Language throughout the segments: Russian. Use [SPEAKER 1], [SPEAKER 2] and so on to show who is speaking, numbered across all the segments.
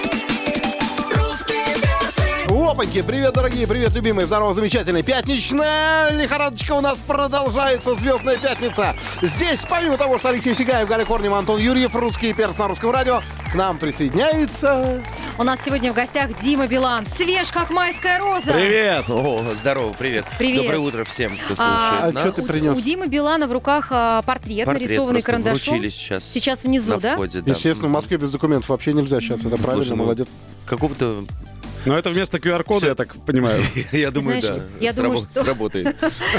[SPEAKER 1] перцы. Русские перцы.
[SPEAKER 2] Опаньки, привет, дорогие, привет, любимые, здорово, замечательные. Пятничная лихорадочка у нас продолжается, звездная пятница. Здесь, помимо того, что Алексей Сигаев, Галя Корнем, Антон Юрьев, русский перс на русском радио, к нам присоединяется...
[SPEAKER 3] У нас сегодня в гостях Дима Билан. Свеж, как майская роза.
[SPEAKER 4] Привет! О, здорово, привет.
[SPEAKER 3] Привет.
[SPEAKER 4] Доброе утро всем, кто слушает
[SPEAKER 3] А,
[SPEAKER 2] А
[SPEAKER 4] нас.
[SPEAKER 2] чё ты
[SPEAKER 3] у-
[SPEAKER 2] принёс?
[SPEAKER 3] У Димы Билана в руках а, портрет,
[SPEAKER 4] Портрет
[SPEAKER 3] нарисованный
[SPEAKER 4] просто
[SPEAKER 3] карандашом.
[SPEAKER 4] вручили сейчас.
[SPEAKER 3] Сейчас внизу,
[SPEAKER 4] на
[SPEAKER 3] да?
[SPEAKER 4] Входе, да.
[SPEAKER 2] Естественно, в Москве без документов вообще нельзя сейчас, это правильно,
[SPEAKER 4] Слушай, ну,
[SPEAKER 2] молодец.
[SPEAKER 4] Какого-то,
[SPEAKER 5] Но это вместо QR-кода, я так понимаю.
[SPEAKER 4] я думаю,
[SPEAKER 3] знаешь,
[SPEAKER 4] да,
[SPEAKER 3] я думаю,
[SPEAKER 4] срабо-
[SPEAKER 3] что-
[SPEAKER 4] сработает.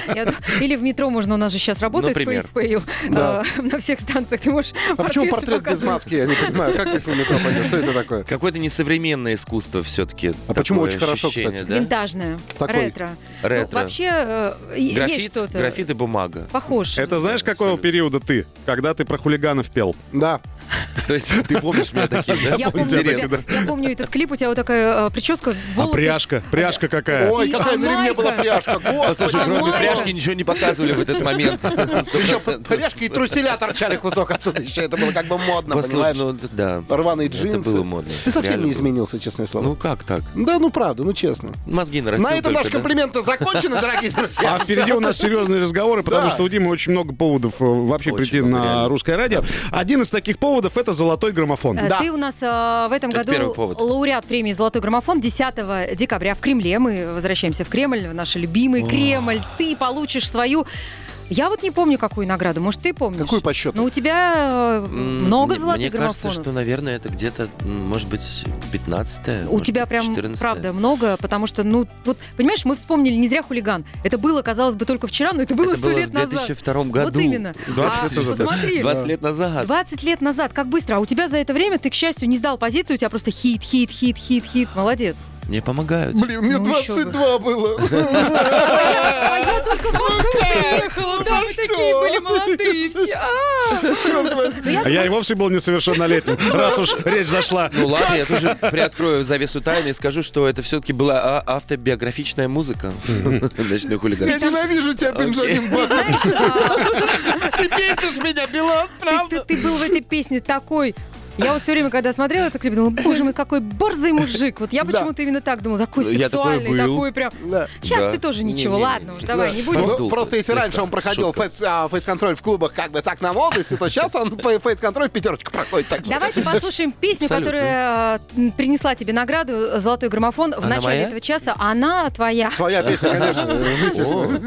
[SPEAKER 3] Я ду- Или в метро можно, у нас же сейчас работает
[SPEAKER 4] Например.
[SPEAKER 3] FacePay.
[SPEAKER 2] Да.
[SPEAKER 3] э, На всех станциях ты можешь
[SPEAKER 2] А почему портрет без
[SPEAKER 3] показывать.
[SPEAKER 2] маски, я не понимаю, как если в метро пойдешь, что это такое?
[SPEAKER 4] Какое-то несовременное искусство все-таки.
[SPEAKER 2] А почему? Очень хорошо, кстати.
[SPEAKER 3] Винтажное,
[SPEAKER 2] Такой.
[SPEAKER 3] ретро.
[SPEAKER 4] Ретро.
[SPEAKER 3] Ну, вообще э, е- есть
[SPEAKER 4] Графит,
[SPEAKER 3] что-то.
[SPEAKER 4] графит и бумага.
[SPEAKER 3] Похож.
[SPEAKER 5] Это знаешь, какого периода ты? Когда ты про хулиганов пел?
[SPEAKER 2] Да,
[SPEAKER 4] То есть ты помнишь меня таким, да?
[SPEAKER 3] Я помню, у тебя-
[SPEAKER 4] Интересно.
[SPEAKER 3] я помню этот клип, у тебя вот такая э, прическа,
[SPEAKER 5] А
[SPEAKER 3] волосы.
[SPEAKER 5] пряжка? Пряжка
[SPEAKER 4] Э.
[SPEAKER 5] какая?
[SPEAKER 2] Ой,
[SPEAKER 3] И
[SPEAKER 2] какая на ремне
[SPEAKER 3] Амайка.
[SPEAKER 2] была пряжка, господи.
[SPEAKER 4] Слушай, кроме
[SPEAKER 3] Нормально.
[SPEAKER 4] пряжки ничего не показывали в этот момент.
[SPEAKER 2] Еще пряжка и труселя торчали кусок оттуда еще, это было как бы модно,
[SPEAKER 4] Послушай,
[SPEAKER 2] понимаешь?
[SPEAKER 4] ну да.
[SPEAKER 2] Рваные
[SPEAKER 4] Это
[SPEAKER 2] джинсы.
[SPEAKER 4] было модно.
[SPEAKER 2] Ты совсем
[SPEAKER 4] Реально
[SPEAKER 2] не
[SPEAKER 4] было.
[SPEAKER 2] изменился, честное слово.
[SPEAKER 4] Ну как так?
[SPEAKER 2] Да, ну правда, ну честно.
[SPEAKER 4] Мозги нарастил
[SPEAKER 2] На этом
[SPEAKER 4] только,
[SPEAKER 2] наши
[SPEAKER 4] да?
[SPEAKER 2] комплименты закончены, дорогие друзья.
[SPEAKER 5] А впереди у нас серьезные разговоры, потому
[SPEAKER 2] Да.
[SPEAKER 5] что у Димы очень много поводов э, вообще
[SPEAKER 4] Очень
[SPEAKER 5] прийти
[SPEAKER 4] много, реально.
[SPEAKER 5] на русское радио. Один из таких поводов это золотой граммофон.
[SPEAKER 3] Э,
[SPEAKER 2] Да.
[SPEAKER 3] Ты у нас э, в этом
[SPEAKER 4] Это первый
[SPEAKER 3] году
[SPEAKER 4] повод.
[SPEAKER 3] лауреат премии «Золотой граммофон» 10 декабря в Кремле. Мы возвращаемся в Кремль, в наш любимый Кремль. Ты получишь свою... Я вот не помню, какую награду. Может, ты помнишь?
[SPEAKER 2] Какую по счету?
[SPEAKER 3] Но у тебя э,
[SPEAKER 4] М,
[SPEAKER 3] много
[SPEAKER 4] мне-
[SPEAKER 3] золотых
[SPEAKER 4] Мне кажется,
[SPEAKER 3] граммофонов.
[SPEAKER 4] что, наверное, это где-то, м, может быть, 15
[SPEAKER 3] У тебя прям,
[SPEAKER 4] 14
[SPEAKER 3] правда, много, потому что, ну, вот, понимаешь, мы вспомнили не зря хулиган. Это было, казалось бы, только вчера, но это было
[SPEAKER 4] Это
[SPEAKER 3] сто
[SPEAKER 4] было
[SPEAKER 3] лет
[SPEAKER 4] в
[SPEAKER 3] назад.
[SPEAKER 4] 2002 году.
[SPEAKER 3] Вот именно.
[SPEAKER 5] 20
[SPEAKER 3] А,
[SPEAKER 5] лет назад.
[SPEAKER 3] Посмотри,
[SPEAKER 4] 20 лет назад.
[SPEAKER 3] 20 лет назад, как быстро. А у тебя за это время ты, к счастью, не сдал позицию, у тебя просто хит, хит, хит, хит, хит. Молодец.
[SPEAKER 4] Мне помогают.
[SPEAKER 2] Блин, мне
[SPEAKER 3] Ну, ещё
[SPEAKER 2] 22 было.
[SPEAKER 3] А я только в Москву приехала,
[SPEAKER 4] Ну
[SPEAKER 3] да, мы
[SPEAKER 2] что?
[SPEAKER 3] такие были молодые все. А!
[SPEAKER 2] Чёрт возьми.
[SPEAKER 5] А я и вовсе был несовершеннолетним, раз уж речь зашла.
[SPEAKER 4] Ну ладно, я тоже приоткрою завесу тайны и скажу, что это все-таки была а- автобиографичная музыка. Ночной
[SPEAKER 2] Я
[SPEAKER 4] хулиган.
[SPEAKER 2] ненавижу тебя, Бенджамин Баттон.
[SPEAKER 4] а,
[SPEAKER 2] Ты бесишь меня, Билан,
[SPEAKER 3] Ты- Ты ты был в этой песне такой... Я вот все время, когда смотрела этот клип, думала, боже мой, какой борзый мужик. Вот я
[SPEAKER 2] Да.
[SPEAKER 3] почему-то именно так думала, такой
[SPEAKER 4] Я такой
[SPEAKER 3] сексуальный,
[SPEAKER 4] был.
[SPEAKER 3] такой прям.
[SPEAKER 2] Да.
[SPEAKER 3] Сейчас
[SPEAKER 4] Да.
[SPEAKER 3] ты тоже ничего,
[SPEAKER 4] Не-не-не.
[SPEAKER 3] ладно уж, давай, не будем.
[SPEAKER 4] Раздулся.
[SPEAKER 2] Ну, просто если раньше он проходил
[SPEAKER 4] Шутка.
[SPEAKER 2] фейс- а, фейс-контроль в клубах как бы так на молодости, то сейчас он фей- фейс-контроль в пятерочку проходит так же.
[SPEAKER 3] Давайте послушаем песню,
[SPEAKER 4] Абсолютно.
[SPEAKER 3] которая э, м, принесла тебе награду э, «Золотой граммофон» в
[SPEAKER 4] Она
[SPEAKER 3] начале
[SPEAKER 4] моя?
[SPEAKER 3] этого часа. Она твоя.
[SPEAKER 2] Твоя песня, конечно. Э, ну, естественно.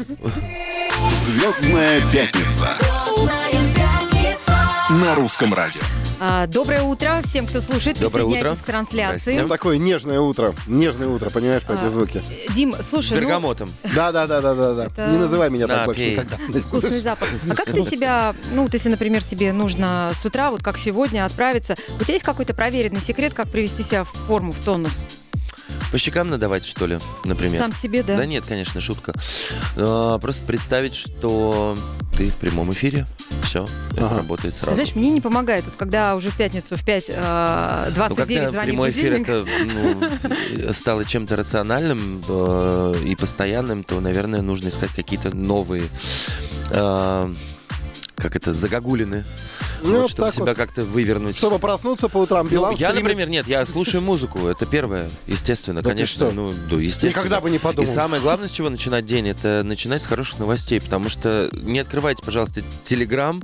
[SPEAKER 6] Звездная пятница
[SPEAKER 1] Звездная пятница.
[SPEAKER 6] на русском радио.
[SPEAKER 3] А, Доброе утро всем, кто слушает.
[SPEAKER 4] Доброе утро.
[SPEAKER 3] Присоединяйтесь к трансляции.
[SPEAKER 4] Здрасте.
[SPEAKER 2] Такое нежное утро. Нежное утро, понимаешь, по эти
[SPEAKER 3] А.
[SPEAKER 2] звуки.
[SPEAKER 3] Дим,
[SPEAKER 4] С
[SPEAKER 3] слушай, ну,
[SPEAKER 4] бергамотом.
[SPEAKER 2] Да, да, да, да, да, да.
[SPEAKER 3] Это-
[SPEAKER 2] Не называй меня так
[SPEAKER 4] На,
[SPEAKER 2] больше
[SPEAKER 4] пей.
[SPEAKER 2] никогда.
[SPEAKER 3] вкусный запах. А как ты себя, ну, вот если, например, тебе нужно с утра, вот как сегодня, отправиться, у тебя есть какой-то проверенный секрет, как привести себя в форму, в тонус?
[SPEAKER 4] По щекам надавать, что ли, например?
[SPEAKER 3] Сам себе, да?
[SPEAKER 4] Да нет, конечно, шутка. А, Просто представить, что ты в прямом эфире. Все, это
[SPEAKER 2] Ага.
[SPEAKER 4] работает
[SPEAKER 3] Ты
[SPEAKER 4] сразу.
[SPEAKER 3] Знаешь, мне не помогает, вот когда уже в пятницу в 5.29
[SPEAKER 4] Ну,
[SPEAKER 3] девять
[SPEAKER 4] когда
[SPEAKER 3] звонит
[SPEAKER 4] прямой эфир
[SPEAKER 3] будильник.
[SPEAKER 4] это ну, стало чем-то рациональным э, и постоянным, то, наверное, нужно искать какие-то новые, э, как это, загогулины,
[SPEAKER 2] Ну,
[SPEAKER 4] вот, чтобы
[SPEAKER 2] так
[SPEAKER 4] себя
[SPEAKER 2] вот.
[SPEAKER 4] как-то вывернуть.
[SPEAKER 2] Чтобы проснуться по утрам,
[SPEAKER 4] Ну,
[SPEAKER 2] Билан
[SPEAKER 4] я,
[SPEAKER 2] стримит.
[SPEAKER 4] например, нет, я слушаю музыку, это первое, естественно,
[SPEAKER 2] Да ты
[SPEAKER 4] конечно,
[SPEAKER 2] что?
[SPEAKER 4] ну, да, естественно.
[SPEAKER 2] Никогда бы не
[SPEAKER 4] И
[SPEAKER 2] подумал.
[SPEAKER 4] самое главное, с чего начинать день, это начинать с хороших новостей, потому что не открывайте, пожалуйста, Телеграм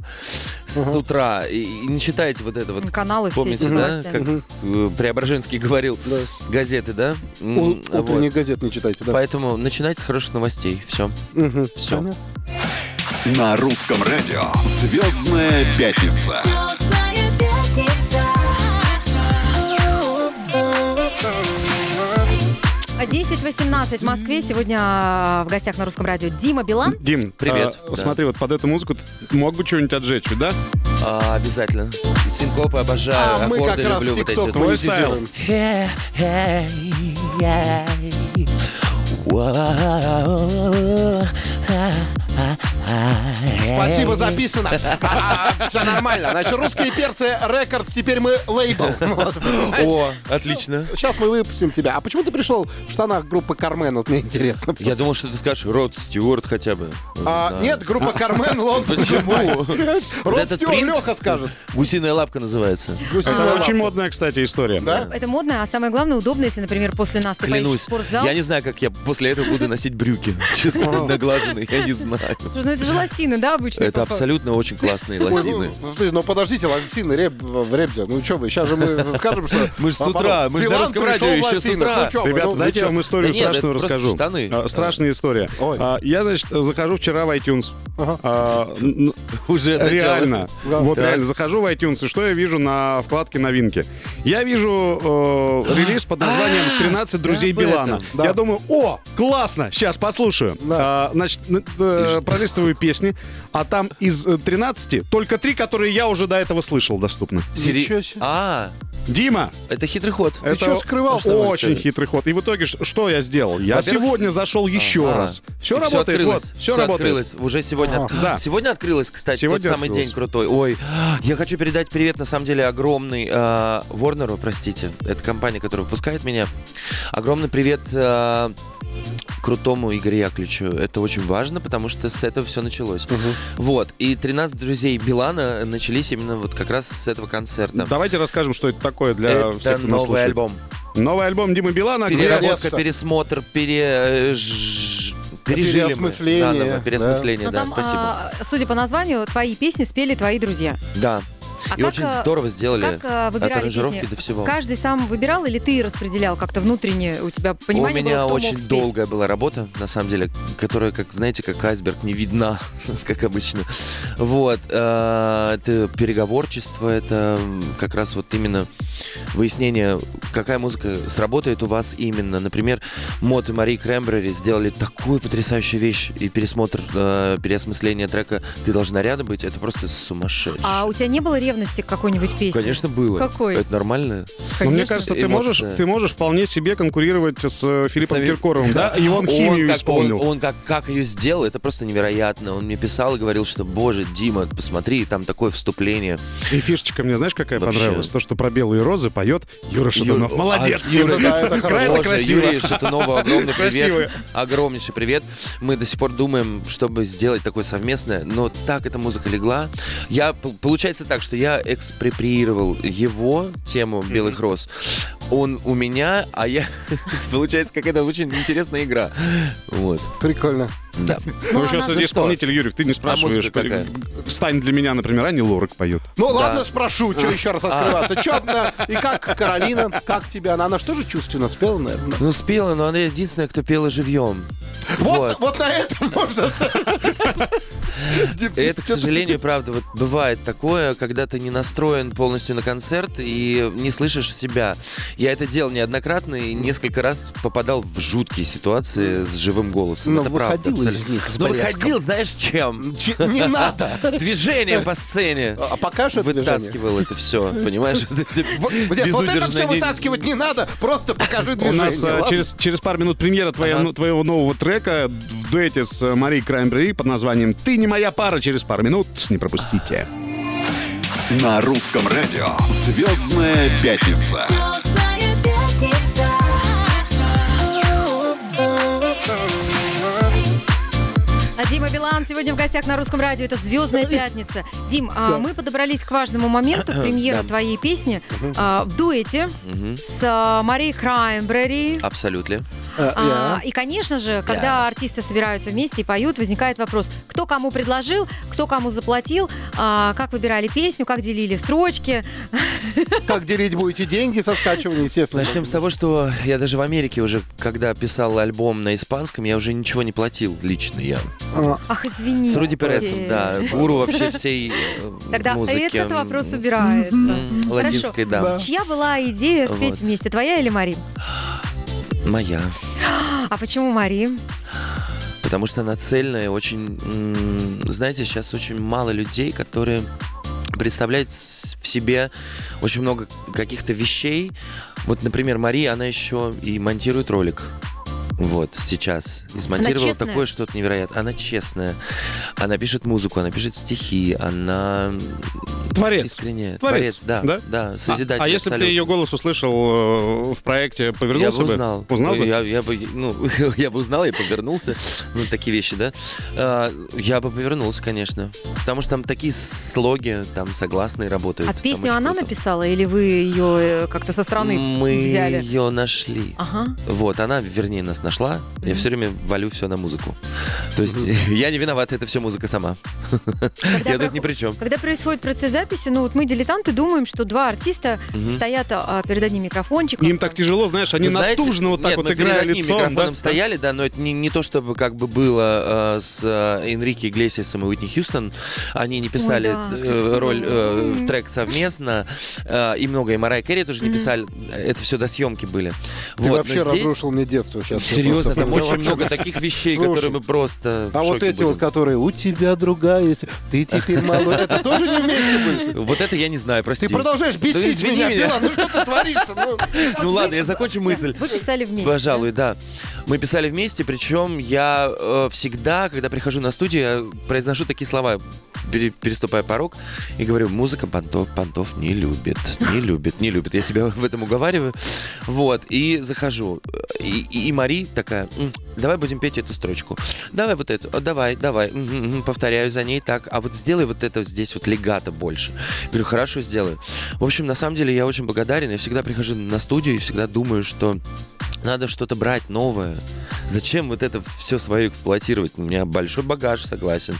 [SPEAKER 4] с утра и, и не читайте вот это вот.
[SPEAKER 3] Каналы все эти
[SPEAKER 4] Помните,
[SPEAKER 3] с
[SPEAKER 4] да,
[SPEAKER 3] новостями.
[SPEAKER 4] как э, Преображенский говорил,
[SPEAKER 2] Да.
[SPEAKER 4] газеты, да? М,
[SPEAKER 2] У-
[SPEAKER 4] вот.
[SPEAKER 2] Утренних газет не читайте, да.
[SPEAKER 4] Поэтому начинайте с хороших новостей. Все.
[SPEAKER 2] Мгм.
[SPEAKER 4] Все.
[SPEAKER 6] На русском радио. Звездная пятница.
[SPEAKER 1] Звездная пятница.
[SPEAKER 3] А 10.18 в Москве. Сегодня а, в гостях на русском радио Дима Билан.
[SPEAKER 5] Дим,
[SPEAKER 4] Привет.
[SPEAKER 5] а,
[SPEAKER 4] Да.
[SPEAKER 5] Смотри, вот под эту музыку ты мог бы что-нибудь отжечь, да?
[SPEAKER 4] А, обязательно. Синкопы обожаю.
[SPEAKER 2] А мы как
[SPEAKER 4] аккорды
[SPEAKER 2] раз
[SPEAKER 4] люблю вот эти.
[SPEAKER 2] тикток
[SPEAKER 4] вот.
[SPEAKER 5] Твой стайл.
[SPEAKER 2] монетизируем.
[SPEAKER 4] Hey, hey, yeah. Wow. Ah, ah, ah.
[SPEAKER 2] Спасибо, записано. Все нормально. Значит, русские перцы рекордс, теперь мы лейбл. Вот, понимаешь?
[SPEAKER 4] О, отлично.
[SPEAKER 2] Сейчас мы выпустим тебя. А почему ты пришел в штанах группы Кармен? Вот мне интересно.
[SPEAKER 4] Я думал, что ты скажешь Род Стюарт хотя бы.
[SPEAKER 2] А,
[SPEAKER 4] Да.
[SPEAKER 2] Нет, группа Кармен, Лондон.
[SPEAKER 4] Почему? Вот
[SPEAKER 2] Род
[SPEAKER 4] этот
[SPEAKER 2] Стюарт,
[SPEAKER 4] принт-
[SPEAKER 2] Леха скажет.
[SPEAKER 4] Гусиная лапка называется.
[SPEAKER 2] Гусиная
[SPEAKER 5] Это
[SPEAKER 2] лапа.
[SPEAKER 5] очень модная, кстати, история.
[SPEAKER 2] Да?
[SPEAKER 3] Это модно, а самое главное, удобно, если, например, после нас ты поедешь в
[SPEAKER 4] Клянусь.
[SPEAKER 3] спортзал.
[SPEAKER 4] Я не знаю, как я после этого буду носить брюки. Честно, наглаженные, я не знаю.
[SPEAKER 3] Слушай, Ну, это же лосины, да, обычно?
[SPEAKER 4] Это абсолютно очень классные
[SPEAKER 2] Ой,
[SPEAKER 4] лосины.
[SPEAKER 2] ну, слушай, ну подождите, лосины, реб, Ребзя, ну что вы, сейчас же мы скажем, что... а
[SPEAKER 4] Мы ж с утра, мы ж на
[SPEAKER 2] Билан
[SPEAKER 4] русском
[SPEAKER 2] пришел в
[SPEAKER 4] радио еще с
[SPEAKER 2] лосинах.
[SPEAKER 4] утра.
[SPEAKER 2] Ну чё вы,
[SPEAKER 5] Ребята,
[SPEAKER 2] ну вы
[SPEAKER 5] дайте я
[SPEAKER 2] чё?
[SPEAKER 5] вам историю
[SPEAKER 4] Да нет,
[SPEAKER 5] страшную
[SPEAKER 4] это просто
[SPEAKER 5] расскажу.
[SPEAKER 4] штаны.
[SPEAKER 5] А, страшная история.
[SPEAKER 2] Ой.
[SPEAKER 5] А, я, значит, захожу вчера в iTunes. А, н-
[SPEAKER 2] ну,
[SPEAKER 4] Уже начало.
[SPEAKER 5] Реально.
[SPEAKER 2] Да.
[SPEAKER 5] Вот
[SPEAKER 4] Так.
[SPEAKER 5] реально. Захожу в iTunes, и что я вижу на вкладке новинки? Я вижу э, релиз под названием «13 друзей
[SPEAKER 4] А, об этом.
[SPEAKER 5] Билана».
[SPEAKER 2] Да.
[SPEAKER 5] Я думаю, о, классно, сейчас послушаю.
[SPEAKER 2] Да.
[SPEAKER 5] А, Значит, н- э, пролистываю песни, а там из э, 13 только три, которые я уже до этого слышал, доступны.
[SPEAKER 4] Сери-
[SPEAKER 2] Ничего себе.
[SPEAKER 4] А,
[SPEAKER 5] Дима,
[SPEAKER 4] это хитрый ход.
[SPEAKER 5] это
[SPEAKER 2] чё скрывал?
[SPEAKER 4] Что вы
[SPEAKER 5] Очень
[SPEAKER 4] скрыли?
[SPEAKER 5] хитрый ход. И в итоге ш- что я сделал? Я
[SPEAKER 4] Во-первых-
[SPEAKER 5] сегодня зашел еще
[SPEAKER 4] А.
[SPEAKER 5] раз. Все
[SPEAKER 4] И всё
[SPEAKER 5] работает,
[SPEAKER 4] открылось,
[SPEAKER 5] вот,
[SPEAKER 4] всё
[SPEAKER 5] все, работает.
[SPEAKER 4] открылось. Уже сегодня, отк-
[SPEAKER 5] Да.
[SPEAKER 4] сегодня открылось, кстати,
[SPEAKER 5] Сегодня
[SPEAKER 4] тот самый
[SPEAKER 5] открылось.
[SPEAKER 4] день крутой. Ой, я хочу передать привет, на самом деле, огромный э, Ворнеру, простите, это компания, которая выпускает меня. Огромный привет э, крутому Игорю Яковлевичу. Это очень важно, потому что с этого все началось. Вот, и 13 друзей Билана начались именно вот как раз с этого концерта.
[SPEAKER 5] Давайте расскажем, что это такое для всех,
[SPEAKER 4] Это
[SPEAKER 5] кто нас
[SPEAKER 4] новый
[SPEAKER 5] слушает.
[SPEAKER 4] альбом.
[SPEAKER 5] Новый альбом Димы
[SPEAKER 2] А
[SPEAKER 5] Билана. где-
[SPEAKER 4] Переработка,
[SPEAKER 2] Наконец-то.
[SPEAKER 4] пересмотр, пере... э, ж- Пережили мы
[SPEAKER 2] А Переосмысление,
[SPEAKER 4] заново,
[SPEAKER 2] да.
[SPEAKER 4] переосмысление,
[SPEAKER 3] Но
[SPEAKER 4] да,
[SPEAKER 3] там,
[SPEAKER 4] спасибо.
[SPEAKER 3] а, судя по названию, твои песни спели твои друзья.
[SPEAKER 4] Да,
[SPEAKER 3] А
[SPEAKER 4] и
[SPEAKER 3] как,
[SPEAKER 4] очень
[SPEAKER 3] а,
[SPEAKER 4] здорово сделали.
[SPEAKER 3] Как а,
[SPEAKER 4] От
[SPEAKER 3] выбирали
[SPEAKER 4] аранжировки
[SPEAKER 3] песни?
[SPEAKER 4] до всего.
[SPEAKER 3] Каждый сам выбирал или ты распределял как-то внутренне? У тебя
[SPEAKER 4] У
[SPEAKER 3] понимание
[SPEAKER 4] меня
[SPEAKER 3] было, кто мог
[SPEAKER 4] очень
[SPEAKER 3] спеть?
[SPEAKER 4] долгая была работа, на самом деле, которая, как знаете, как айсберг, не видна, как обычно. Вот, э, это переговорчество, это м, как раз вот именно выяснение, какая музыка сработает у вас именно. Например, Мот и Мари Крэмбрери сделали такую потрясающую вещь, и пересмотр, э, переосмысление трека «Ты должна рядом быть» — это просто сумасшедшее.
[SPEAKER 3] А у тебя не было ревности к какой-нибудь песне?
[SPEAKER 4] Конечно, было.
[SPEAKER 3] Какой?
[SPEAKER 4] Это нормально.
[SPEAKER 5] Ну, мне
[SPEAKER 3] Конечно.
[SPEAKER 5] кажется, ты
[SPEAKER 4] эмоция.
[SPEAKER 5] можешь, ты можешь вполне себе конкурировать с э, Филиппом
[SPEAKER 4] Совет-
[SPEAKER 5] Киркоровым, да? И он химию
[SPEAKER 4] как,
[SPEAKER 5] исполнил.
[SPEAKER 4] Он, он как, как ее сделал, это просто невероятно. Он мне писал и говорил, что, боже, Дима, посмотри, там такое вступление.
[SPEAKER 5] И фишечка мне, знаешь, какая
[SPEAKER 4] Вообще.
[SPEAKER 5] понравилась? То, что про белые розы поет Юра Шатунов.
[SPEAKER 4] Юр-
[SPEAKER 5] Молодец,
[SPEAKER 4] а,
[SPEAKER 5] Юра,
[SPEAKER 4] Юра,
[SPEAKER 2] да, это
[SPEAKER 5] играет
[SPEAKER 4] Боже,
[SPEAKER 5] красиво.
[SPEAKER 4] Юрий Шатунову огромный
[SPEAKER 5] Красиво.
[SPEAKER 4] привет. Огромнейший привет. Мы до сих пор думаем, чтобы сделать такое совместное, но так эта музыка легла. Я, п- получается так, что я экспроприировал его тему «Белых роз». Он у меня, а я... Получается какая-то очень интересная игра. Вот.
[SPEAKER 2] Прикольно.
[SPEAKER 4] Да.
[SPEAKER 3] Ну,
[SPEAKER 5] Ну,
[SPEAKER 3] а нас-
[SPEAKER 5] сейчас
[SPEAKER 4] за что?
[SPEAKER 5] исполнитель, Юрий, ты не спрашиваешь.
[SPEAKER 4] А музыка какая?
[SPEAKER 5] Встань для меня, например, Ани Лорак поет.
[SPEAKER 2] Ну ладно, спрошу, что еще раз открываться. Чё, на- и как Каролина, как тебя? Она, она же тоже чувственно спела, наверное.
[SPEAKER 4] Ну, спела, но она единственная, кто пела живьем.
[SPEAKER 2] Вот, вот на этом можно...
[SPEAKER 4] Это, к сожалению, правда, вот бывает такое, когда ты не настроен полностью на концерт и не слышишь себя. Я это делал неоднократно и несколько раз попадал в жуткие ситуации с живым голосом.
[SPEAKER 2] Но
[SPEAKER 4] это правда.
[SPEAKER 2] Ну, выходил из
[SPEAKER 4] абсолютно.
[SPEAKER 2] них с
[SPEAKER 4] Но
[SPEAKER 2] блеском.
[SPEAKER 4] выходил, знаешь, чем?
[SPEAKER 2] Чи- Не надо.
[SPEAKER 4] Движение по сцене.
[SPEAKER 2] А пока что движение.
[SPEAKER 4] Вытаскивал это все, понимаешь? Это всё
[SPEAKER 2] Вот нет, вот это все
[SPEAKER 4] безудержное не- а,
[SPEAKER 2] вытаскивать не надо, просто покажи
[SPEAKER 5] У
[SPEAKER 2] движение.
[SPEAKER 5] нас э,
[SPEAKER 2] ладно?
[SPEAKER 5] через, через пару минут премьера твоя-
[SPEAKER 4] Ага.
[SPEAKER 5] ну, твоего нового трека в дуэте с э, Марией Краймбрери под названием «Ты не моя пара» через пару минут. Не пропустите.
[SPEAKER 6] На русском радио «Звездная пятница».
[SPEAKER 1] Звездная пятница.
[SPEAKER 3] А Дима Билан сегодня в гостях на Русском радио. Это «Звездная пятница». Дим, а, мы подобрались к важному моменту премьеры
[SPEAKER 4] Да.
[SPEAKER 3] твоей песни а, в дуэте с а, Марией Краймбрери.
[SPEAKER 4] Абсолютно.
[SPEAKER 3] А, и, конечно же, когда артисты собираются вместе и поют, возникает вопрос, кто кому предложил, кто кому заплатил, а, как выбирали песню, как делили строчки.
[SPEAKER 2] Как делить будете деньги со скачивания, естественно.
[SPEAKER 4] Начнем с того, что я даже в Америке уже, когда писал альбом на испанском, я уже ничего не платил лично я.
[SPEAKER 2] А,
[SPEAKER 3] Ах, извини.
[SPEAKER 4] С Руди Пересом, да, гуру вообще всей э,
[SPEAKER 3] Тогда
[SPEAKER 4] музыки.
[SPEAKER 3] этот вопрос убирается.
[SPEAKER 4] М, Латинской, да.
[SPEAKER 2] Да.
[SPEAKER 3] Чья была идея спеть
[SPEAKER 4] Вот.
[SPEAKER 3] вместе, твоя или Мари?
[SPEAKER 4] Моя.
[SPEAKER 3] А почему Мари?
[SPEAKER 4] Потому что она цельная, очень... м, Знаете, сейчас очень мало людей, которые представляют с- в себе очень много каких-то вещей. Вот, например, Мария, она еще и монтирует ролик. Вот, сейчас. И смонтировала
[SPEAKER 3] честная?
[SPEAKER 4] такое что-то невероятное. Она честная. Она пишет музыку, она пишет стихи, она
[SPEAKER 5] Творец.
[SPEAKER 4] искренне. Творец,
[SPEAKER 5] Творец,
[SPEAKER 4] да.
[SPEAKER 5] да?
[SPEAKER 4] Да,
[SPEAKER 5] А,
[SPEAKER 4] созидатель.
[SPEAKER 5] а если бы ты
[SPEAKER 4] абсолютно.
[SPEAKER 5] ее голос услышал э, в проекте,
[SPEAKER 4] Я
[SPEAKER 5] повернулся
[SPEAKER 4] бы
[SPEAKER 5] бы?
[SPEAKER 4] узнал.
[SPEAKER 5] Узнал бы?
[SPEAKER 4] Я, я бы, ну, я бы узнал, я повернулся. Ну, такие вещи, да. А, я бы повернулся, конечно. Потому что там такие слоги, там согласные работают.
[SPEAKER 3] А
[SPEAKER 4] там
[SPEAKER 3] песню
[SPEAKER 4] очень
[SPEAKER 3] она
[SPEAKER 4] круто.
[SPEAKER 3] написала или вы ее как-то со стороны
[SPEAKER 4] Мы
[SPEAKER 3] взяли? А.
[SPEAKER 4] ее нашли.
[SPEAKER 3] Ага.
[SPEAKER 4] Вот, она, вернее, нас нашла. Я все время валю все на музыку. То есть я не виноват, это все музыка сама. Я тут
[SPEAKER 3] проход-
[SPEAKER 4] ни при чем.
[SPEAKER 3] Когда происходит процесс записи, ну вот мы, дилетанты, думаем, что два артиста стоят а, перед одним микрофончиком.
[SPEAKER 5] Им так тяжело, знаешь, они
[SPEAKER 4] Знаете,
[SPEAKER 5] натужно вот так
[SPEAKER 4] нет, ну,
[SPEAKER 5] вот
[SPEAKER 4] мы перед
[SPEAKER 5] играли
[SPEAKER 4] одним
[SPEAKER 5] лицом.
[SPEAKER 4] микрофоном
[SPEAKER 5] да?
[SPEAKER 4] стояли, да, но это не, не то, чтобы как бы было э, с э, Энрике Иглесиасом и Уитни Хьюстон. Они не писали
[SPEAKER 3] да,
[SPEAKER 4] э,
[SPEAKER 3] красиво.
[SPEAKER 4] роль, э,
[SPEAKER 3] М.
[SPEAKER 4] трек совместно, э, и многое. И Марай Керри тоже не писали. Это все до съемки были.
[SPEAKER 2] Ты
[SPEAKER 4] но
[SPEAKER 2] вообще
[SPEAKER 4] здесь-
[SPEAKER 2] разрушил мне детство сейчас.
[SPEAKER 4] Серьезно, там очень
[SPEAKER 2] много
[SPEAKER 4] много таких вещей,
[SPEAKER 2] Слушай,
[SPEAKER 4] которые мы просто. в
[SPEAKER 2] А вот
[SPEAKER 4] шоке
[SPEAKER 2] эти
[SPEAKER 4] будем.
[SPEAKER 2] вот, которые у тебя другая, есть, ты теперь молодой, это тоже не вместе были?
[SPEAKER 4] Вот это я не знаю, прости.
[SPEAKER 2] Ты продолжаешь
[SPEAKER 4] Да
[SPEAKER 2] бесить
[SPEAKER 4] извини
[SPEAKER 2] меня,
[SPEAKER 4] меня.
[SPEAKER 2] Билан, ну что ты творишь-то? Ну,
[SPEAKER 4] Ну ладно, я закончу мысль.
[SPEAKER 3] Вы писали вместе.
[SPEAKER 4] Пожалуй, да. Мы писали вместе, причем я э, всегда, когда прихожу на студию, я произношу такие слова, пере- переступая порог, и говорю, музыка понтов, понтов не любит, не любит, не любит. Я себя в этом уговариваю. Вот, и захожу. И, и- и Мари такая, «М, давай будем петь эту строчку. Давай вот эту, «О, давай, давай. Мгм, мгм». Повторяю за ней так. А вот сделай вот это здесь вот легато больше. Говорю, хорошо, сделаю. В общем, на самом деле я очень благодарен. Я всегда прихожу на студию и всегда думаю, что надо что-то брать новое. Зачем вот это все свое эксплуатировать? У меня большой багаж, согласен.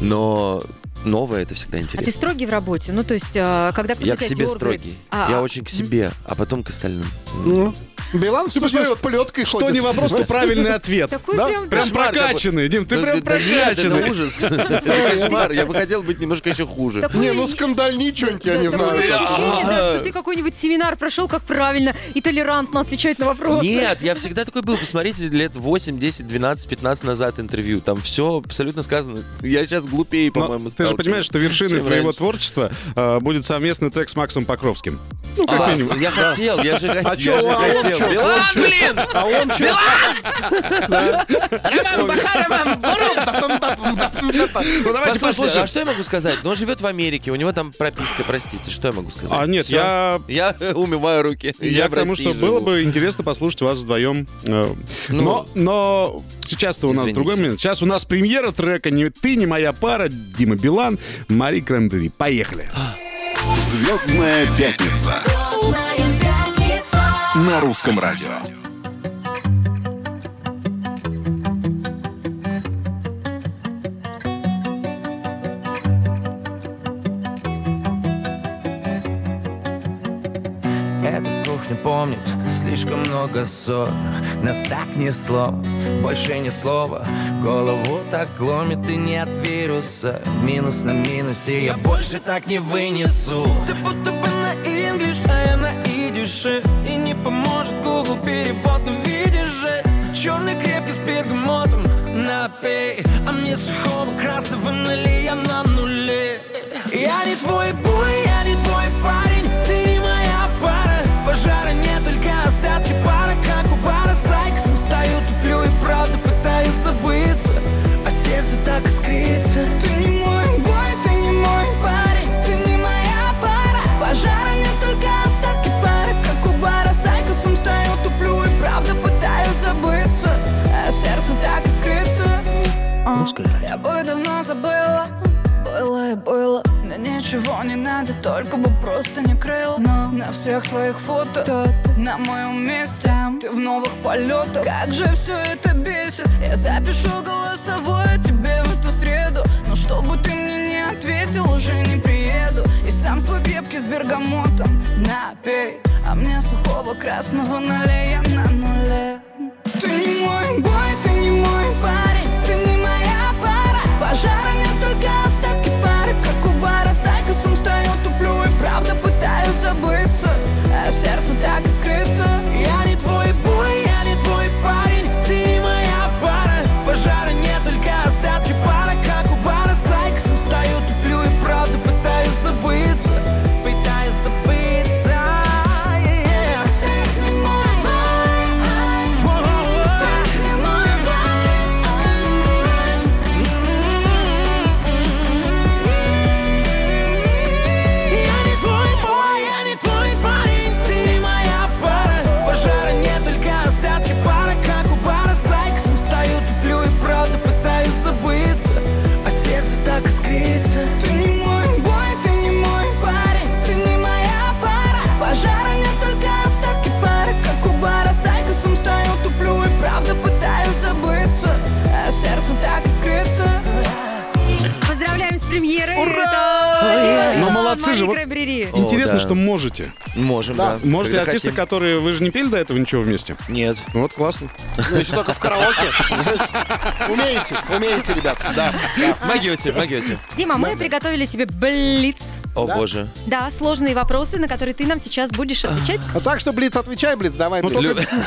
[SPEAKER 4] Но новое это всегда
[SPEAKER 3] А ты
[SPEAKER 4] интересно.
[SPEAKER 3] строгий в работе? Ну, то есть, а, когда кто-то
[SPEAKER 4] я к
[SPEAKER 3] тебя
[SPEAKER 4] себе
[SPEAKER 3] дёргает-
[SPEAKER 4] строгий.
[SPEAKER 3] А,
[SPEAKER 4] я
[SPEAKER 3] а,
[SPEAKER 4] очень к себе, а потом к остальным.
[SPEAKER 2] Ну, Билан, ты
[SPEAKER 5] посмотри,
[SPEAKER 2] посмотри, вот плеткой
[SPEAKER 5] Что
[SPEAKER 2] ходит.
[SPEAKER 5] не вопрос, то правильный ответ.
[SPEAKER 3] Такой
[SPEAKER 2] Да?
[SPEAKER 3] прям...
[SPEAKER 5] Прям
[SPEAKER 4] Кошмар какой.
[SPEAKER 5] прокачанный, Дим, ты
[SPEAKER 4] Да-
[SPEAKER 5] прям
[SPEAKER 4] да- да нет, Это
[SPEAKER 5] прокачанный. Ну,
[SPEAKER 4] ужас. Это кошмар. Я бы хотел быть немножко еще хуже.
[SPEAKER 3] такой-
[SPEAKER 2] Не, ну скандальничоньки, я не
[SPEAKER 3] такое
[SPEAKER 2] знаю.
[SPEAKER 3] ощущение, да,
[SPEAKER 4] А.
[SPEAKER 3] что ты какой-нибудь семинар прошел, как правильно и толерантно отвечать на вопросы.
[SPEAKER 4] Нет, я всегда такой был. Посмотрите, лет 8, 10, 12, 15 назад интервью. Там все абсолютно сказано. Я сейчас глупее,
[SPEAKER 5] Но
[SPEAKER 4] по-моему,
[SPEAKER 5] ты
[SPEAKER 4] стал.
[SPEAKER 5] же понимаешь, что вершиной
[SPEAKER 4] чем
[SPEAKER 5] твоего
[SPEAKER 4] раньше.
[SPEAKER 5] творчества э, будет совместный трек с Максом Покровским. Ну, как
[SPEAKER 4] А,
[SPEAKER 5] минимум.
[SPEAKER 4] Я хотел, я же хотел.
[SPEAKER 2] чё,
[SPEAKER 4] я же
[SPEAKER 2] а он
[SPEAKER 4] хотел.
[SPEAKER 2] чё,
[SPEAKER 4] Билан, блин!
[SPEAKER 2] А он чё?
[SPEAKER 5] Ну, давайте
[SPEAKER 4] Послушайте,
[SPEAKER 5] послушаем.
[SPEAKER 4] а что я могу сказать? Ну, он живет в Америке, у него там прописка, простите, что я могу сказать?
[SPEAKER 5] А, нет,
[SPEAKER 4] Всё.
[SPEAKER 5] я...
[SPEAKER 4] Я умываю руки.
[SPEAKER 5] Я
[SPEAKER 4] в
[SPEAKER 5] к тому,
[SPEAKER 4] России
[SPEAKER 5] что было
[SPEAKER 4] живу.
[SPEAKER 5] бы интересно послушать вас вдвоем. э,
[SPEAKER 4] Ну,
[SPEAKER 5] но, но сейчас-то у нас
[SPEAKER 4] извините.
[SPEAKER 5] другой момент. Сейчас у нас премьера трека «Не ты, не моя пара», Дима Билан, Мари Крэмбери. Поехали.
[SPEAKER 6] Звездная пятница
[SPEAKER 1] Звездная пятница.
[SPEAKER 6] на русском радио.
[SPEAKER 7] Эта кухня помнит слишком много ссор Нас так несло, больше ни слова Голову так ломит и нет вируса Минус на минусе, я больше так не вынесу Ты будто бы на инглиш, а я на идише И не поможет Google перевод, но видишь же Черный крепкий с бергамотом напей А мне сухого красного налей, я на нуле Я не твой бой, я не твой парень Ты не моя пара Пожара нет, только остатки пара Как у бара с Айкосом стою, туплю и правда пытаюсь забыться А сердце так искрится
[SPEAKER 1] Ты не мой бой, ты не мой парень, ты не моя пара. Пожара нет, только остатки пары. Как у бара с айкосом стою, туплю и правда пытаюсь забыться. А сердце так искрится. А, Я бы давно забыла, было и было. Мне ничего не надо, только бы просто не крыло. Но на всех твоих фото, на моем месте, ты в новых полетах. Как же все это бесит. Я запишу голосовое тебе в эту среду. Но чтобы ты мне не ответил, уже не приеду. И сам свой крепкий с бергамотом напей. А мне сухого красного налей, я на нуле. Ты не мой бой, ты не мой парень, ты не моя пара Пожара нет, только остатки пары Как у бара с Айкосом стою, туплю и правда пытаюсь забыться А сердце так искрится
[SPEAKER 7] Я не твой бой, я не твой парень Ты не моя пара Пожара нет, только остатки пара Как у бара с Айкосом Стою, туплю и правда пытаюсь забыться Пытаюсь забыться yeah.
[SPEAKER 1] Ты не мой бой,
[SPEAKER 7] Во-во-во.
[SPEAKER 1] ты А А
[SPEAKER 3] премьеры.
[SPEAKER 2] Ну,
[SPEAKER 5] Но молодцы же, вот
[SPEAKER 4] О,
[SPEAKER 5] Интересно,
[SPEAKER 4] да.
[SPEAKER 5] что можете.
[SPEAKER 4] Можем, да.
[SPEAKER 5] Можете
[SPEAKER 4] Когда
[SPEAKER 5] артисты,
[SPEAKER 4] хотим.
[SPEAKER 5] которые... Вы же не пели до этого ничего вместе?
[SPEAKER 4] Нет.
[SPEAKER 5] Вот, классно.
[SPEAKER 2] Ну, еще только в караоке. Умеете, умеете, ребят. Да. да.
[SPEAKER 4] Могете, могете.
[SPEAKER 3] Дима, мы приготовили тебе блиц.
[SPEAKER 4] О, боже.
[SPEAKER 3] Да, сложные вопросы, на которые ты нам сейчас будешь отвечать.
[SPEAKER 2] А Так что, Блиц, отвечай, Блиц, давай. Блиц.
[SPEAKER 4] Лю-
[SPEAKER 5] Только,
[SPEAKER 2] Ну,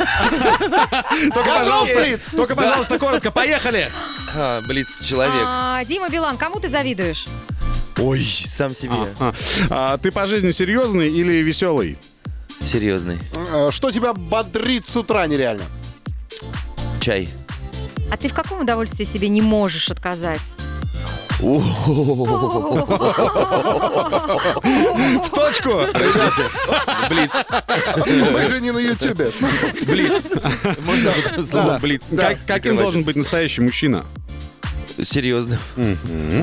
[SPEAKER 2] Готов,
[SPEAKER 4] Ну,
[SPEAKER 5] пожалуйста,
[SPEAKER 2] Блиц?
[SPEAKER 5] только, пожалуйста, коротко. Поехали!
[SPEAKER 4] А, Блиц, человек.
[SPEAKER 3] А, Дима Билан, кому ты завидуешь?
[SPEAKER 4] Ой, сам себе.
[SPEAKER 5] А, а ты по жизни серьезный или веселый?
[SPEAKER 4] Серьезный.
[SPEAKER 2] Э, Что тебя бодрит с утра нереально?
[SPEAKER 4] Чай.
[SPEAKER 3] А ты в каком удовольствии себе не можешь отказать?
[SPEAKER 4] О,
[SPEAKER 5] В точку!
[SPEAKER 4] Блиц,
[SPEAKER 2] Мы же не на Ютубе.
[SPEAKER 4] блиц. Можно вот слово
[SPEAKER 2] да.
[SPEAKER 4] блиц?
[SPEAKER 5] Как- каким должен быть настоящий мужчина?
[SPEAKER 4] Серьезно.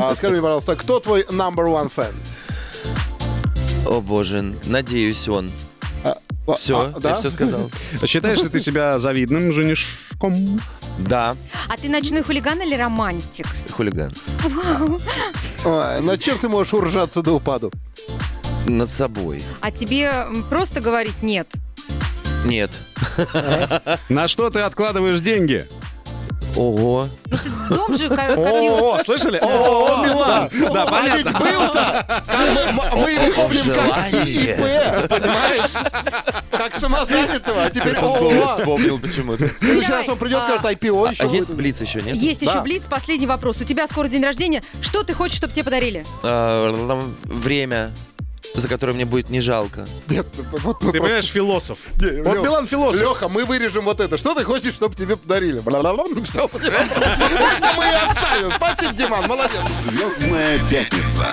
[SPEAKER 2] А, Скажи мне, пожалуйста, кто твой number one fan?
[SPEAKER 4] О, боже. Надеюсь, он.
[SPEAKER 2] А,
[SPEAKER 4] Все,
[SPEAKER 2] а,
[SPEAKER 4] я
[SPEAKER 2] да?
[SPEAKER 4] все сказал.
[SPEAKER 5] Считаешь ли ты себя завидным женишком?
[SPEAKER 4] Да,
[SPEAKER 3] А ты ночной хулиган или романтик?
[SPEAKER 4] хулиган.
[SPEAKER 2] Ой, Над Э, чем ты можешь уржаться до упаду?
[SPEAKER 4] Над собой.
[SPEAKER 3] А тебе м, просто говорить нет.
[SPEAKER 4] Нет.
[SPEAKER 5] На что ты откладываешь деньги?
[SPEAKER 4] Ого.
[SPEAKER 3] Дом же ка- копил.
[SPEAKER 5] О, слышали? О, Милан! Да,
[SPEAKER 2] А ведь
[SPEAKER 5] понятно.
[SPEAKER 2] был-то! Как мы- м- Мы его помним как
[SPEAKER 4] Желание.
[SPEAKER 2] ИП, понимаешь? Как самозанятого, а теперь
[SPEAKER 4] Этот голос
[SPEAKER 2] ООО.
[SPEAKER 4] вспомнил почему-то.
[SPEAKER 2] В следующий Ну, раз он придет, скажет, IPO еще
[SPEAKER 4] А есть
[SPEAKER 2] будет.
[SPEAKER 4] блиц еще, нет?
[SPEAKER 3] Есть еще
[SPEAKER 2] Да.
[SPEAKER 3] блиц. Последний вопрос. У тебя скоро день рождения. Что ты хочешь, чтобы тебе подарили?
[SPEAKER 4] А, м, Время, за которое мне будет не жалко.
[SPEAKER 2] Нет, вот мы
[SPEAKER 5] Ты
[SPEAKER 2] просто-
[SPEAKER 5] понимаешь, философ.
[SPEAKER 2] Не,
[SPEAKER 5] Вот
[SPEAKER 2] Лёх,
[SPEAKER 5] Милан философ.
[SPEAKER 2] Леха, мы вырежем вот это. Что ты хочешь, чтобы тебе подарили? Бла-бла-бла. Что ты- Это мы и оставим. Спасибо, Диман, молодец.
[SPEAKER 6] Звездная пятница.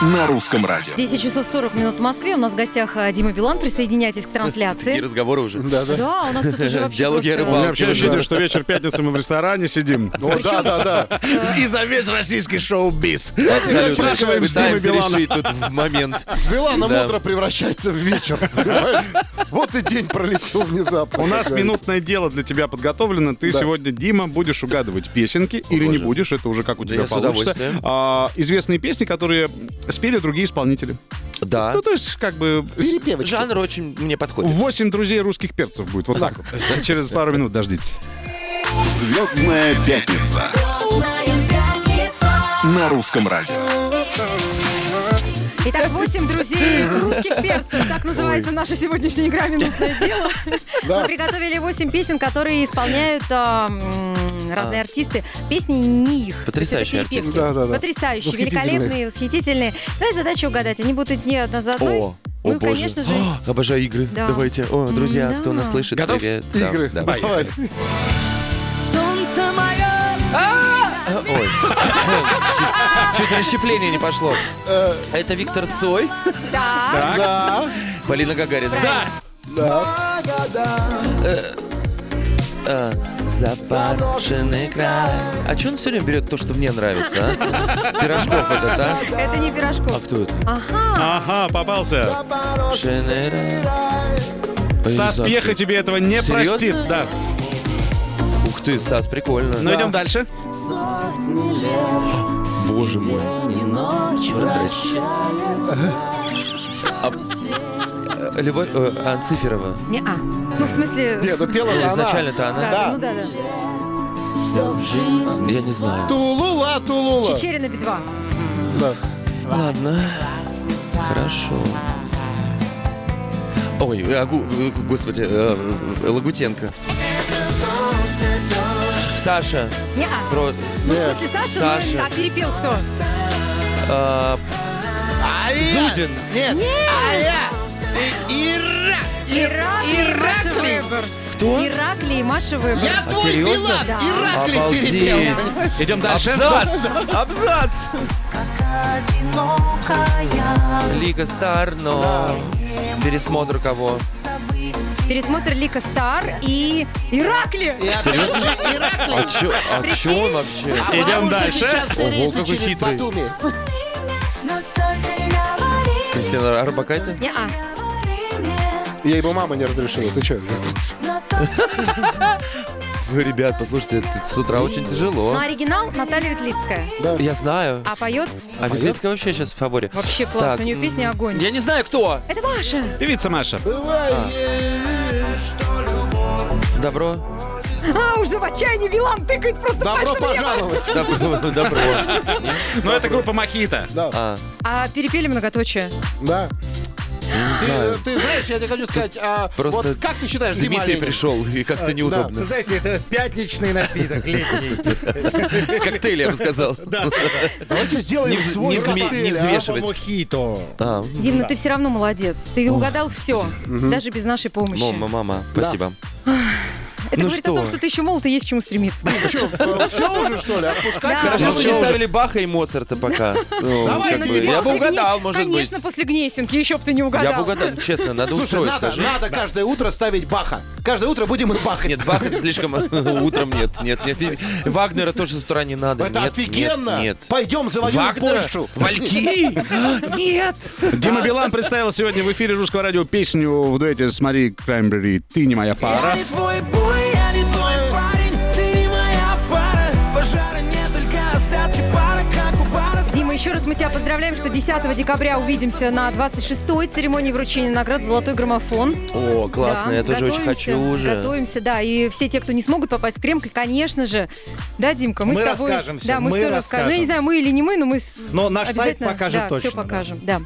[SPEAKER 6] На русском радио.
[SPEAKER 3] 10 часов 40 минут в Москве. У нас в гостях э, Дима Билан. Присоединяйтесь к
[SPEAKER 4] Такие
[SPEAKER 3] трансляции.
[SPEAKER 4] разговоры уже.
[SPEAKER 3] Да, у нас тут уже вообще
[SPEAKER 4] Диалоги
[SPEAKER 3] просто-
[SPEAKER 4] о
[SPEAKER 5] У меня
[SPEAKER 4] рыбалке.
[SPEAKER 5] вообще ощущение, что вечер пятницы мы в ресторане сидим.
[SPEAKER 2] О, да, да, да.
[SPEAKER 5] И за весь российский шоу-биз.
[SPEAKER 4] Абсолютно.
[SPEAKER 5] Спрашиваем с Димой
[SPEAKER 4] Пытаемся
[SPEAKER 5] Биланом.
[SPEAKER 4] решить тут в момент.
[SPEAKER 2] С Биланом
[SPEAKER 4] Да.
[SPEAKER 2] утро превращается в вечер. понимаешь? Вот и день пролетел внезапно.
[SPEAKER 5] У
[SPEAKER 2] как
[SPEAKER 5] нас
[SPEAKER 2] говорится.
[SPEAKER 5] минутное дело для тебя подготовлено. Ты
[SPEAKER 2] Да.
[SPEAKER 5] сегодня, Дима, будешь угадывать песенки или не
[SPEAKER 4] боже.
[SPEAKER 5] будешь, это уже как у
[SPEAKER 4] Да
[SPEAKER 5] тебя
[SPEAKER 4] я с
[SPEAKER 5] получится.
[SPEAKER 4] удовольствием.
[SPEAKER 5] А, Известные песни, которые спели другие исполнители.
[SPEAKER 4] Да.
[SPEAKER 5] Ну, то есть, как бы... с-
[SPEAKER 2] Перепевочка.
[SPEAKER 4] Жанр очень мне подходит.
[SPEAKER 5] Восемь друзей русских перцев будет. Вот так вот. Через пару минут дождитесь.
[SPEAKER 6] Звездная пятница. На русском радио.
[SPEAKER 3] Итак, 8 друзей русских перцев. Так называется наша сегодняшняя игра «Минутное дело». Мы приготовили 8 песен, которые исполняют а, м, разные артисты. Песни не их. То есть это
[SPEAKER 4] А. Потрясающие
[SPEAKER 3] перепевки.
[SPEAKER 2] артисты. Да, да, да.
[SPEAKER 3] Потрящие,
[SPEAKER 2] Восхитительные.
[SPEAKER 3] великолепные, восхитительные. Твоя задача угадать. Они будут не одна за одной.
[SPEAKER 4] О, о
[SPEAKER 3] Ну,
[SPEAKER 4] боже.
[SPEAKER 3] конечно же.
[SPEAKER 4] О, Обожаю игры.
[SPEAKER 3] Да.
[SPEAKER 4] Давайте. О, друзья,
[SPEAKER 3] М-да.
[SPEAKER 4] кто нас слышит,
[SPEAKER 5] Готов?
[SPEAKER 4] привет. Да,
[SPEAKER 2] Игры.
[SPEAKER 4] да.
[SPEAKER 2] Давай.
[SPEAKER 1] Солнце мое
[SPEAKER 4] А, Ой. Чуть- Чуть расщепление не пошло. Это Виктор Цой,
[SPEAKER 3] Да.
[SPEAKER 2] Э. Да,
[SPEAKER 4] Полина Гагарина. Э,
[SPEAKER 2] да.
[SPEAKER 4] А, Заброшенный край. А че он все время берет то, что мне нравится, а? Пирожков этот, а?
[SPEAKER 3] Это не
[SPEAKER 4] А
[SPEAKER 3] пирожков.
[SPEAKER 4] кто это?
[SPEAKER 3] Ага.
[SPEAKER 5] Ага, попался.
[SPEAKER 4] Заброшенный рай. А я не
[SPEAKER 5] Стас
[SPEAKER 4] знаю,
[SPEAKER 5] Пьеха
[SPEAKER 4] кто
[SPEAKER 5] тебе этого не
[SPEAKER 4] Серьезно?
[SPEAKER 5] простит. Да.
[SPEAKER 4] это. Ух ты, Стас, прикольно.
[SPEAKER 5] Ну, идем дальше.
[SPEAKER 4] Боже мой. Здрасте. А, Любовь э, Анциферова.
[SPEAKER 3] Не а. Ну, в смысле...
[SPEAKER 2] Нет, ну пела
[SPEAKER 4] Или
[SPEAKER 2] она.
[SPEAKER 4] изначально-то она.
[SPEAKER 3] Да,
[SPEAKER 2] да.
[SPEAKER 3] ну да, да.
[SPEAKER 4] Я не знаю.
[SPEAKER 2] Тулула, Тулула.
[SPEAKER 3] Чечерина Би-2.
[SPEAKER 2] Да.
[SPEAKER 4] Ладно. Хорошо. Ой, э, Агу- э, господи, э, э, Лагутенко. Саша,
[SPEAKER 3] Не а.
[SPEAKER 4] про- э,
[SPEAKER 3] Ну, в смысле, Саша, ну,
[SPEAKER 4] Саша.
[SPEAKER 3] а перепел кто?
[SPEAKER 4] э, Зудин.
[SPEAKER 3] Ираклий и Маша Вебер.
[SPEAKER 4] Кто?
[SPEAKER 3] Ираклий и Маша Вебер.
[SPEAKER 4] А серьезно?
[SPEAKER 3] Да.
[SPEAKER 4] Обалдеть.
[SPEAKER 5] Идем дальше.
[SPEAKER 4] Абзац! Абзац! Лика Стар, но пересмотр кого?
[SPEAKER 3] Пересмотр Лика Стар и Иракли.
[SPEAKER 4] А чё, а чё он вообще?
[SPEAKER 5] Идем дальше.
[SPEAKER 4] Ого, какой хитрый. Кристина Арбакайте?
[SPEAKER 3] Не а.
[SPEAKER 2] Ей бы мама не разрешила, ты че?
[SPEAKER 4] Ребят, послушайте, это с утра очень тяжело.
[SPEAKER 3] Но Ну, оригинал Наталья Ветлицкая.
[SPEAKER 4] Я знаю.
[SPEAKER 3] А поет
[SPEAKER 4] А Ветлицкая вообще сейчас в фаворе.
[SPEAKER 3] вообще класс.
[SPEAKER 4] Так,
[SPEAKER 3] У нее песня огонь.
[SPEAKER 4] Я не знаю, кто.
[SPEAKER 3] Это Маша.
[SPEAKER 5] Певица Маша.
[SPEAKER 2] А.
[SPEAKER 4] Добро.
[SPEAKER 3] А, уже в отчаянии Вилан тыкает просто
[SPEAKER 2] Добро
[SPEAKER 3] пальцем.
[SPEAKER 2] пожаловать!
[SPEAKER 4] Добро. Добро.
[SPEAKER 5] Но Ну, это группа Махита.
[SPEAKER 4] А,
[SPEAKER 3] А перепели многоточие.
[SPEAKER 2] Да. Ты, ты знаешь, я тебе хочу сказать, а
[SPEAKER 4] просто
[SPEAKER 2] вот как ты считаешь, Дима
[SPEAKER 4] Дмитрий
[SPEAKER 2] Оленин?
[SPEAKER 4] пришел, и как-то
[SPEAKER 8] Да,
[SPEAKER 4] неудобно.
[SPEAKER 8] вы знаете, это пятничный напиток летний.
[SPEAKER 4] Коктейль, я бы сказал.
[SPEAKER 2] Давайте сделаем
[SPEAKER 4] Не вз-
[SPEAKER 2] свой
[SPEAKER 4] не взме-
[SPEAKER 2] коктейль,
[SPEAKER 4] не
[SPEAKER 2] а?
[SPEAKER 4] взвешивать.
[SPEAKER 8] Мохито.
[SPEAKER 4] А,
[SPEAKER 3] Дим, ну ты все равно молодец. Ты угадал все, даже без нашей помощи.
[SPEAKER 4] мама, мама, спасибо.
[SPEAKER 3] Это
[SPEAKER 4] ну
[SPEAKER 3] говорит о
[SPEAKER 4] что?
[SPEAKER 3] том, что ты еще молод и есть к чему стремиться.
[SPEAKER 2] Все уже, что ли? Отпускать?
[SPEAKER 3] Да.
[SPEAKER 4] Хорошо,
[SPEAKER 3] Ну,
[SPEAKER 4] что не ставили Баха и Моцарта пока. Ну,
[SPEAKER 2] Давайте,
[SPEAKER 4] как бы,
[SPEAKER 2] Димон,
[SPEAKER 4] Я бы
[SPEAKER 3] после
[SPEAKER 4] угадал,
[SPEAKER 3] Гне-
[SPEAKER 4] может быть.
[SPEAKER 3] Конечно, после Гнесинки, еще бы ты не угадал.
[SPEAKER 4] Я бы угадал, ну, честно, надо
[SPEAKER 2] Слушай,
[SPEAKER 4] устроить,
[SPEAKER 2] надо,
[SPEAKER 4] скажи.
[SPEAKER 2] надо каждое утро ставить баха. Каждое утро будем их бахать.
[SPEAKER 4] Нет, Баха слишком утром нет, нет, нет. И Вагнера тоже с утра не надо.
[SPEAKER 2] Это
[SPEAKER 4] нет,
[SPEAKER 2] офигенно!
[SPEAKER 4] Нет, нет.
[SPEAKER 2] Пойдем завоюем
[SPEAKER 4] Вагнера?
[SPEAKER 2] Польшу.
[SPEAKER 4] Валькирии? Нет!
[SPEAKER 5] Дима Билан представил сегодня в эфире русского радио песню в дуэте с Мари Краймбери «Ты не моя пара».
[SPEAKER 7] Я не твой бой, я не твой парень, ты не моя пара. Пожара нет, только остатки пара, как у бара.
[SPEAKER 3] Дима, еще раз мы тебя поздравляем, что 10 декабря увидимся на 26-й церемонии вручения наград «Золотой граммофон».
[SPEAKER 4] О, классно,
[SPEAKER 3] Да,
[SPEAKER 4] я тоже очень
[SPEAKER 3] готовимся,
[SPEAKER 4] хочу уже.
[SPEAKER 3] Готовимся, да. И все те, кто не смогут попасть в Кремль, конечно же. Да, Димка, мы,
[SPEAKER 8] Мы
[SPEAKER 3] с тобой...
[SPEAKER 8] расскажем всё,
[SPEAKER 3] Да, мы,
[SPEAKER 8] мы
[SPEAKER 3] все расскажем.
[SPEAKER 8] расскажем.
[SPEAKER 3] Ну, я не знаю, мы или не мы, но мы... с-
[SPEAKER 8] Но наш сайт
[SPEAKER 3] обязательно,
[SPEAKER 8] покажет
[SPEAKER 3] да,
[SPEAKER 8] точно,
[SPEAKER 3] все
[SPEAKER 8] да.
[SPEAKER 3] покажем, да.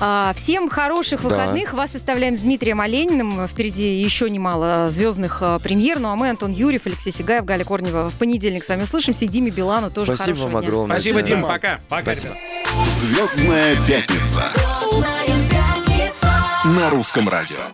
[SPEAKER 3] А, всем хороших выходных. Вас оставляем с Дмитрием Олениным. Впереди еще немало звездных а, премьер. Ну, а мы, Антон Юрьев, Алексей Сигаев, Галя Корнева. В понедельник с вами услышимся. И Диме Билану тоже
[SPEAKER 4] Спасибо
[SPEAKER 3] хорошего
[SPEAKER 4] вам
[SPEAKER 3] дня.
[SPEAKER 4] огромное.
[SPEAKER 5] Спасибо,
[SPEAKER 4] Да.
[SPEAKER 5] Дим, пока.
[SPEAKER 8] Пока, ребята.
[SPEAKER 6] Звездная пятница
[SPEAKER 1] Звездная пятница.
[SPEAKER 6] на русском радио.